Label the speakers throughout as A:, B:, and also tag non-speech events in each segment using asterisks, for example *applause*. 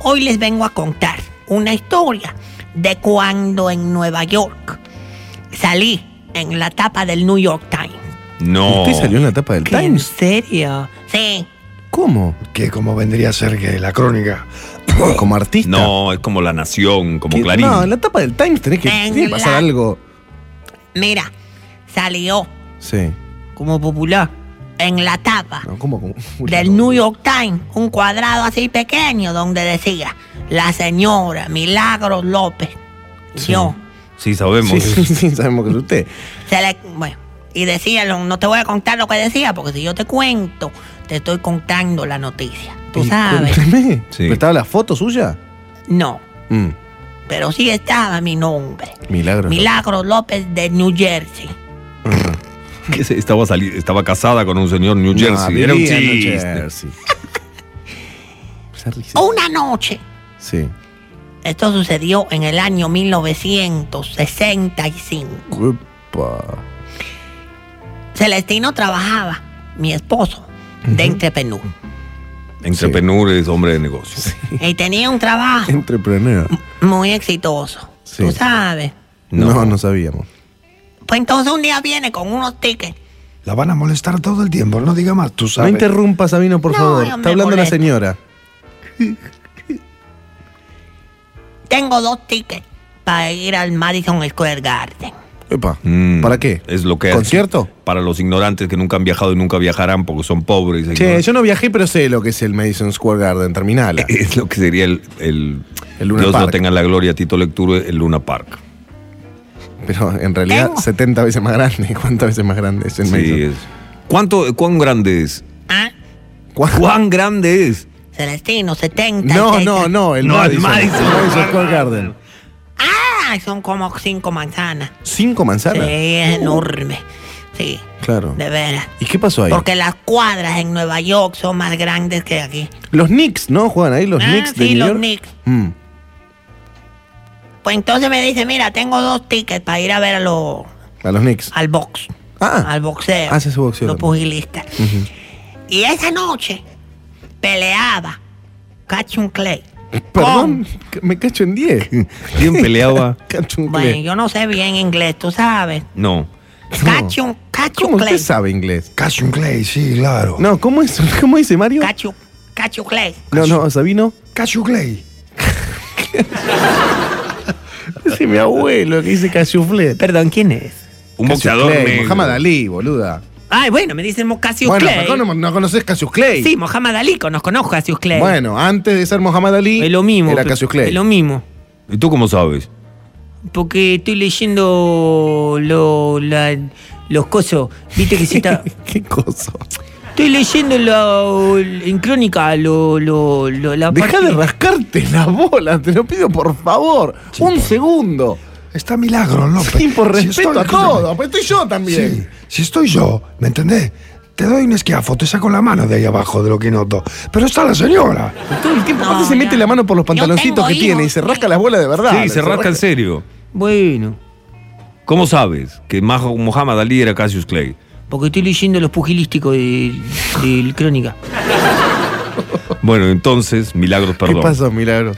A: Hoy les vengo a contar una historia de cuando en Nueva York salí en la tapa del New York Times.
B: No.
C: Usted salió en la tapa del
A: ¿Qué, ¿En
C: Times.
A: serio? Sí.
C: ¿Cómo?
D: Que como vendría a ser que la crónica.
C: *laughs* ¿Como artista?
B: No, es como La Nación, como
C: ¿Qué?
B: Clarín.
C: No, en la tapa del Times tenés que,
A: En
C: tiene que pasar
A: la-
C: algo.
A: Mira, salió
C: Sí.
A: como popular en la tapa
C: No, ¿cómo? cómo? Uy,
A: del
C: no.
A: New York Times, un cuadrado así pequeño donde decía la señora Milagros López. Yo.
B: Sí, sabemos.
C: Sí, sí, sí, sabemos que es usted.
A: Se le- bueno, y decía, lo- no te voy a contar lo que decía, porque si yo te cuento, te estoy contando la noticia. ¿Tú
C: Y
A: sabes?
C: cuénteme,
B: Sí.
C: ¿pero ¿Estaba la foto suya?
A: No,
C: Mm,
A: pero sí estaba mi nombre.
C: milagro.
A: Milagros López de New Jersey.
B: Que se- Estaba, sali- estaba casada con un señor New
C: No,
B: Jersey.
C: vivía
B: Era un
C: en New
B: chiste.
C: Jersey. *laughs* Esa risa.
A: Una noche,
C: Sí.
A: esto sucedió en el año 1965.
C: Upa.
A: Celestino trabajaba, mi esposo, de entrepreneur.
C: *laughs*
B: Entrepreneur es hombre de negocios.
A: Y tenía un trabajo
C: Entrepreneur.
A: muy exitoso.
C: Sí.
A: Tú sabes.
C: No. no, sabíamos.
A: Pues entonces un día viene con unos tickets.
D: La van a molestar todo el tiempo, no diga más, tú
C: No
D: sabes.
C: interrumpa, Sabino, por
A: No,
C: favor.
A: no
C: Está
A: me
C: hablando la
A: molesta.
C: señora.
A: Tengo dos tickets para ir al Madison Square Garden.
C: Epa.
B: Mm,
C: ¿Para qué?
B: Es lo que hace.
C: ¿Concierto?
B: Para los ignorantes que nunca han viajado y nunca viajarán porque son pobres. e
C: Che,
B: ignorantes.
C: yo no viajé, pero sé lo que es el Madison Square Garden. Terminala.
B: *laughs* Es lo que sería el. el-
C: El Luna
B: Dios no
C: Park.
B: tenga la gloria, Tito Lecture, el Luna Park.
C: Pero en realidad,
A: Tengo.
C: 70 veces más grande. *laughs* ¿Cuántas veces más grande es el Madison?
B: Sí, es. ¿Cuánto, ¿Cuán grande es?
A: ¿Ah?
C: ¿Cuá-
B: ¿Cuán grande es?
A: Celestino, 70.
C: No, no, no. El
B: No, el
C: Madison.
B: Madison.
C: El Madison Square Garden.
A: Ah, son como cinco manzanas.
C: ¿Cinco
A: Sí,
C: manzanas?
A: es enorme. Sí,
C: Claro.
A: de veras.
C: ¿Y qué pasó ahí?
A: Porque las cuadras en Nueva York son más grandes que aquí.
C: Los Knicks, ¿no? Juegan ahí los
A: Ah,
C: Knicks de
A: sí,
C: New
A: los
C: York.
A: Knicks.
C: Mm.
A: Pues entonces me dice, mira, tengo dos tickets para ir a ver a los-
C: A los Knicks.
A: al box.
C: Ah.
A: al boxeo.
C: Ah, sí, su boxeo
A: Los
C: también.
A: pugilistas. Y esa noche peleaba Cachun
C: *laughs*
A: Clay.
C: Perdón, que me cacho
B: *laughs*
C: en 10.
B: ¿Quién peleaba?
C: *laughs* cacho en
A: Bueno,
C: inglés.
A: yo no sé bien inglés, tú sabes.
B: No.
A: Cachun,
C: ¿Cómo
A: Cachun
C: usted
A: 'em Clay.
C: sabe inglés?
D: Cassian Clay, sí, claro.
C: No, ¿cómo es? *laughs* ¿Cómo dice Mario?
A: Cachu, Cachu 'em, Clay.
C: No, no, Sabino. *laughs*
D: Cassian Clay.
C: Dice mi abuelo que dice cachuflet.
A: Eh, Perdón, ¿quién es?
B: Un boxeador negro.
C: Mohamed Ali, boluda.
A: Ay, bueno, me dicen Cassius
C: bueno,
A: Clay.
C: pero no, no conoces Cassius Clay.
A: Sí, Mohamed Ali, nos conozco a Cassius Clay.
C: Bueno, antes de ser Mohamed Ali,
A: es lo mismo.
C: era
A: pe-
C: Cassius Clay.
A: Es lo mismo.
B: ¿Y tú cómo sabes?
A: Porque estoy leyendo lo- la- los cosos. Viste que se está.
C: *laughs* ¿Qué cosa?
A: Estoy leyendo lo- en crónica lo, lo, lo- la
C: Deja
A: parte-
C: de rascarte la bola, te lo pido por favor. Un segundo.
D: Está milagro, López.
C: Sí, por
D: Si
C: respeto
D: estoy-
C: a todo. Pero estoy yo también.
D: Sí, si estoy yo, ¿me entendés? Te doy un esquiafo, te saco la mano de ahí abajo de lo que noto. Pero está la señora.
C: Todo el tiempo
A: No,
C: aparte se
A: no.
C: mete la mano por los
A: Yo
C: pantaloncitos
A: tengo
C: que
A: hijos.
C: tiene y se rasca las bolas de verdad.
B: sí, se rasca en serio.
A: Bueno,
B: ¿Cómo sabes que Mah- Muhammad Ali era Cassius Clay?
A: porque estoy leyendo los pugilísticos de, del crónica.
B: Bueno, entonces, milagros,
C: *laughs* ¿Qué
B: perdón.
C: pasó, Milagro?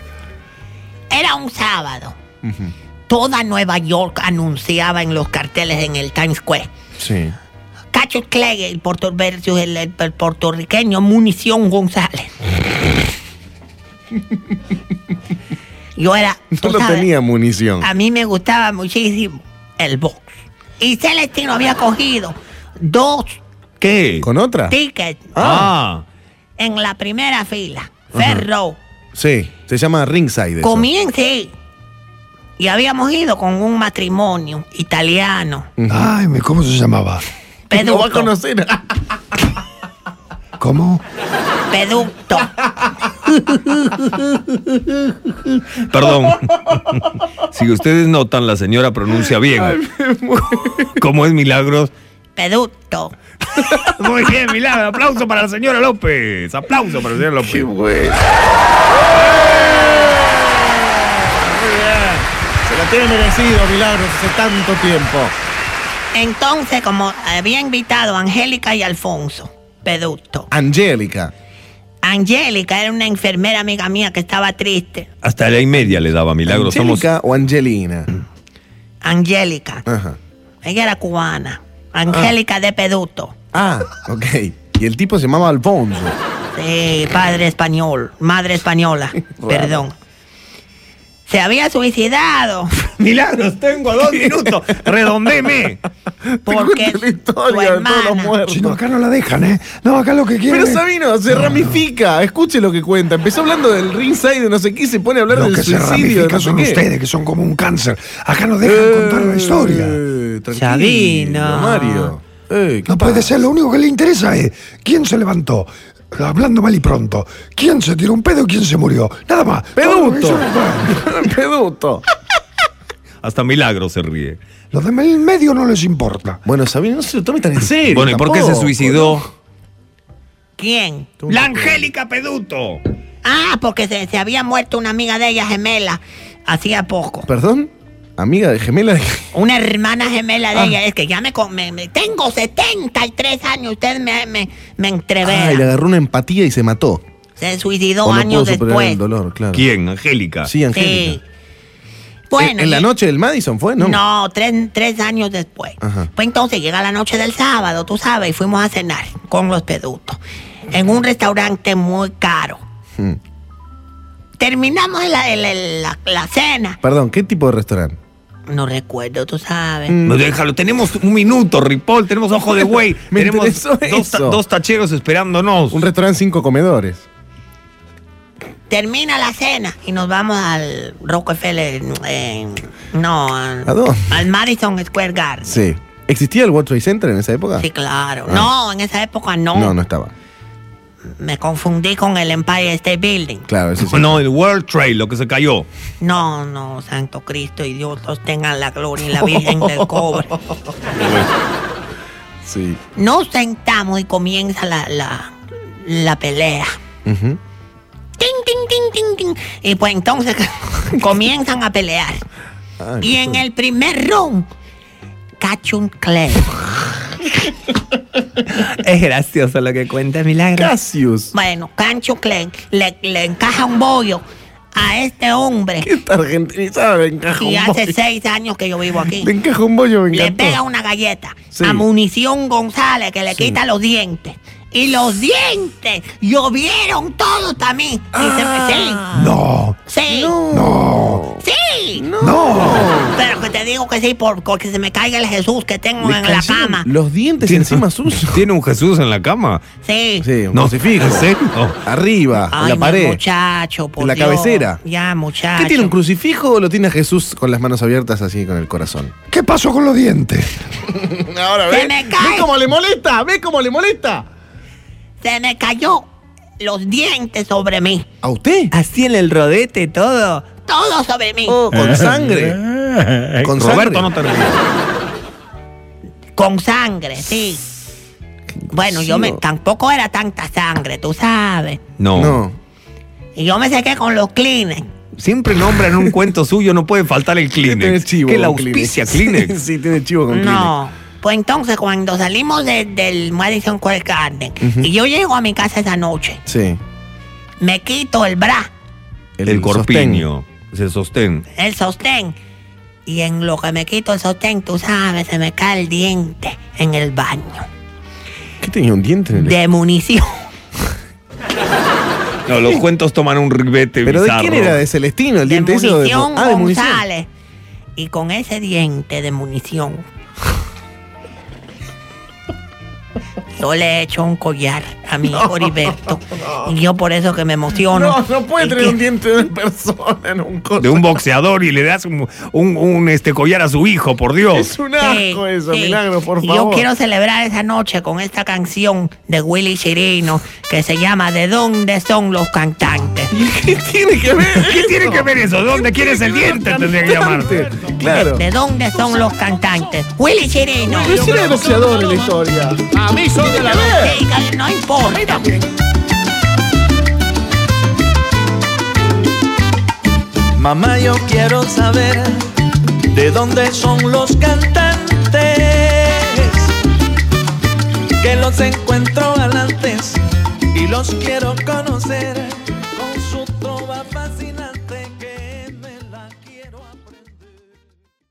A: Era un sábado. Toda Nueva York anunciaba en los carteles en el Times Square.
C: Sí.
A: Cacho Clegg, el, puerto, versus el, el- el puertorriqueño Munición
C: *laughs*
A: González. Yo era.
C: No
A: tú
C: lo
A: sabes,
C: tenía munición.
A: A mí me gustaba muchísimo el box. Y Celestino había cogido dos
B: ¿Qué?
C: ¿Con otra?
A: tickets
B: Ah,
A: en la primera fila. Ferro,
C: Sí. Se llama Ringside. eso. *laughs*
A: comience. Y habíamos ido con un matrimonio italiano.
C: Mm.
D: Ay, me- ¿cómo se
C: No va
D: llamaba?
C: a
A: Peducto.
C: conocer.
D: ¿Cómo?
A: peducto.
B: *laughs* perdón. *laughs* si ustedes notan, la señora pronuncia bien. *laughs* ¿Cómo es milagros?
A: Peducto.
B: Muy bien, milagro. Aplauso para la señora López. Aplauso para la señora López.
C: Se la tiene merecido, Milagro, hace tanto tiempo.
A: Entonces, como había invitado a Angélica y Alfonso, peducto.
C: Angélica.
A: Angélica era una enfermera amiga mía que estaba triste.
B: Hasta la y media le daba milagro. Somos.
C: ¿Angélica o Angelina?
A: Angélica.
C: Ajá.
A: Ella era cubana. Angélica de Peduto.
C: Ah, ok. Y el tipo se llamaba Alfonso.
A: Sí, padre español. Madre
C: *laughs*
A: española. perdón. Se había
C: *laughs*
A: suicidado
B: Milagros, tengo dos minutos. Redondeme.
A: porque
C: cuento la
A: su
C: historia de todos los
A: hermana...
C: muertos.
D: Si no, acá no la dejan, ¿eh? No, acá lo que quieren.
C: Pero
D: es-
C: Sabino, se ramifica. Escuche lo que cuenta. Empezó hablando del ringside de no sé qué y se pone a hablar
D: Lo
C: del
D: que se
C: suicidio. de
D: ramifica
C: no sé
D: son
C: qué.
D: ustedes, que son como un cáncer. Acá no dejan contar la historia.
C: Eh, tranquilo,
A: Sabino.
C: Mario. Eh, ¿qué
D: No puede
C: pasa?
D: ser, lo único que le interesa es quién se levantó, hablando mal y pronto, quién se tiró un pedo y quién se murió. Nada más. Todo lo que
C: Peduto.
D: hizo
C: *laughs*
D: no-
C: Peduto.
B: Hasta Milagro se ríe.
D: Los del medio no les importa.
C: Bueno, Sabino, no se lo tome tan en serio.
B: Bueno, ¿y por qué se
C: tampoco.
B: suicidó?
A: ¿Quién?
B: La Angélica Peduto.
A: Ah, porque se, se había muerto una amiga de ella gemela hacía poco.
C: ¿Perdón? Amiga de gemela de...
A: Una hermana gemela de
C: Ah.
A: ella. Es que ya me, con- me- me- Tengo 73 años. Usted me, me, me entrevera.
C: Ay, le agarró una empatía y se mató.
A: Se suicidó
C: O no pudo
A: años
C: superar
A: después.
C: el dolor, claro.
B: ¿Quién? Angélica.
C: Sí,
A: Sí.
C: Angélica.
A: Bueno.
C: ¿En, en la
A: y-
C: noche del Madison fue? No.
A: No, tres, tres años después.
C: Ajá.
A: Pues entonces llega la noche del sábado, tú sabes, y fuimos a cenar con los pedutos. En un restaurante muy caro.
C: Mm.
A: Terminamos la, la- la- la cena.
C: Perdón, ¿qué tipo de restaurante?
A: No recuerdo, tú sabes.
B: No, déjalo, tenemos un minuto, Ripoll, tenemos ojo de güey.
C: *laughs* Me
B: tenemos
C: interesó
B: dos, ta-
C: eso.
B: dos tacheros esperándonos.
C: Un restaurante cinco comedores.
A: Termina la cena y nos vamos al Rockefeller. eh, no, al,
C: ¿A dónde?
A: al Madison Square Garden. Sí,
C: Sí. ¿Existía el World Trade Center en esa época?
A: claro.
C: Ah.
A: No, en esa época no.
C: No, no estaba.
A: Me confundí con el Empire State Building.
C: Claro, eso sí.
B: No, el World Trade, lo que se cayó.
A: No, no, Santo Cristo y Dios los tengan la gloria y la Virgen
C: *laughs*
A: del Cobre.
C: Sí.
A: Nos sentamos y comienza la, la, la pelea.
C: Ujú.
A: Tin, tin, tin, tin, tin. Y pues entonces *laughs* comienzan a pelear.
C: Ay,
A: Y en el primer round, cacho un clero.
B: Es gracioso lo que cuenta Milagro.
C: Cassius.
A: Bueno, Cancho Clen le, le encaja un bollo a este hombre
C: ¿Qué está argentinizada? Le encaja
A: y
C: un
A: hace
C: bollo.
A: seis años que yo vivo aquí.
C: Le encaja un bollo, me
A: Le
C: encantó.
A: pega una galleta
C: Sí.
A: a Munición González que le
C: Sí.
A: quita los dientes. Y los dientes llovieron todos a mí.
C: Ah.
A: Y
D: No,
A: se me- sí, sí, sí.
D: no, no.
A: Pero que te digo que sí por- porque se me caiga el Jesús que tengo
C: Le
A: en la
C: cayeron
A: cama.
C: Los dientes
B: *laughs*
C: encima suyo.
B: ¿Tiene un Jesús en la cama?
A: Sí.
C: Sí, un
B: No,
C: crucifijo.
B: ¿en serio?
C: Arriba, en
A: Ay,
C: la
A: mi
C: pared.
A: muchacho, por
C: En la
A: Dios.
C: cabecera.
A: Ya, muchacho.
C: ¿Qué tiene un crucifijo o lo tiene a Jesús con las manos abiertas así con el corazón?
D: ¿Qué pasó con los dientes?
C: Ahora
A: ¡Se me cae!
C: le molesta? ¿Ve cómo le molesta?
A: Se me cayó los dientes sobre mí.
C: ¿A usted?
E: Así en el rodete todo.
A: Todo sobre mí.
C: Oh,
B: *laughs*
C: con sangre. Con
B: Eh. Roberto,
C: sangre.
B: no te rías.
A: Con sangre, sí. Bueno, yo me, tampoco era tanta sangre, tú sabes.
B: No.
C: No.
A: Y yo me sequé con los Kleenex.
B: Siempre nombran un cuento suyo, no puede faltar el
C: Tiene
B: Kleenex.
C: Este chivo
B: que la
C: con Kleenex.
B: auspicia
C: Sí,
B: Kleenex.
C: *laughs* sí, tiene chivo con
A: No. Pues entonces, cuando salimos de- del Madison Square Garden y yo llego a mi casa esa noche,
C: Kleenex. Sí.
A: me quito el bra,
B: El, corpiño. Se sostén.
A: el sostén. Y en lo que me quito el sostén, tú sabes, se me cae el diente en el baño
C: sostén. ¿Qué tenía un diente en el
A: de munición.
B: No, los cuentos toman un ribete
C: ¿Pero de
B: bizarro.
C: quién era? ¿De Celestino? ¿El
A: de
C: diente ese o de
A: munición
C: Ah, de munición.
A: González. Y con ese diente de
C: *laughs*
A: munición, yo le he hecho un collar a mi hijo Heriberto. Y yo por eso que me emociono.
C: No, no puede
A: Y
C: tener
A: que-
C: un diente de una *laughs* persona en un
B: De
C: corte.
B: un boxeador y le das un, un- un, este, collar a su hijo, por Dios.
C: Es un
A: Sí,
C: asco eso,
A: sí.
C: milagro, por
A: Y
C: favor.
A: Yo quiero celebrar esa noche con esta canción de Willy Chirino que se llama ¿De dónde son los cantantes?
C: ¿Qué tiene que ver?
B: ¿Qué tiene que ver eso? ¿Dónde quieres el diente? Tendría que llamar.
C: Cantante. Claro.
A: ¿De dónde son los cantantes? Willy Chirino.
C: Pero si era boxeador en la historia. A mí son de la vez.
A: Sí, no importa.
F: Mamá, yo quiero saber de dónde son los cantantes que los encuentro galantes y los quiero conocer.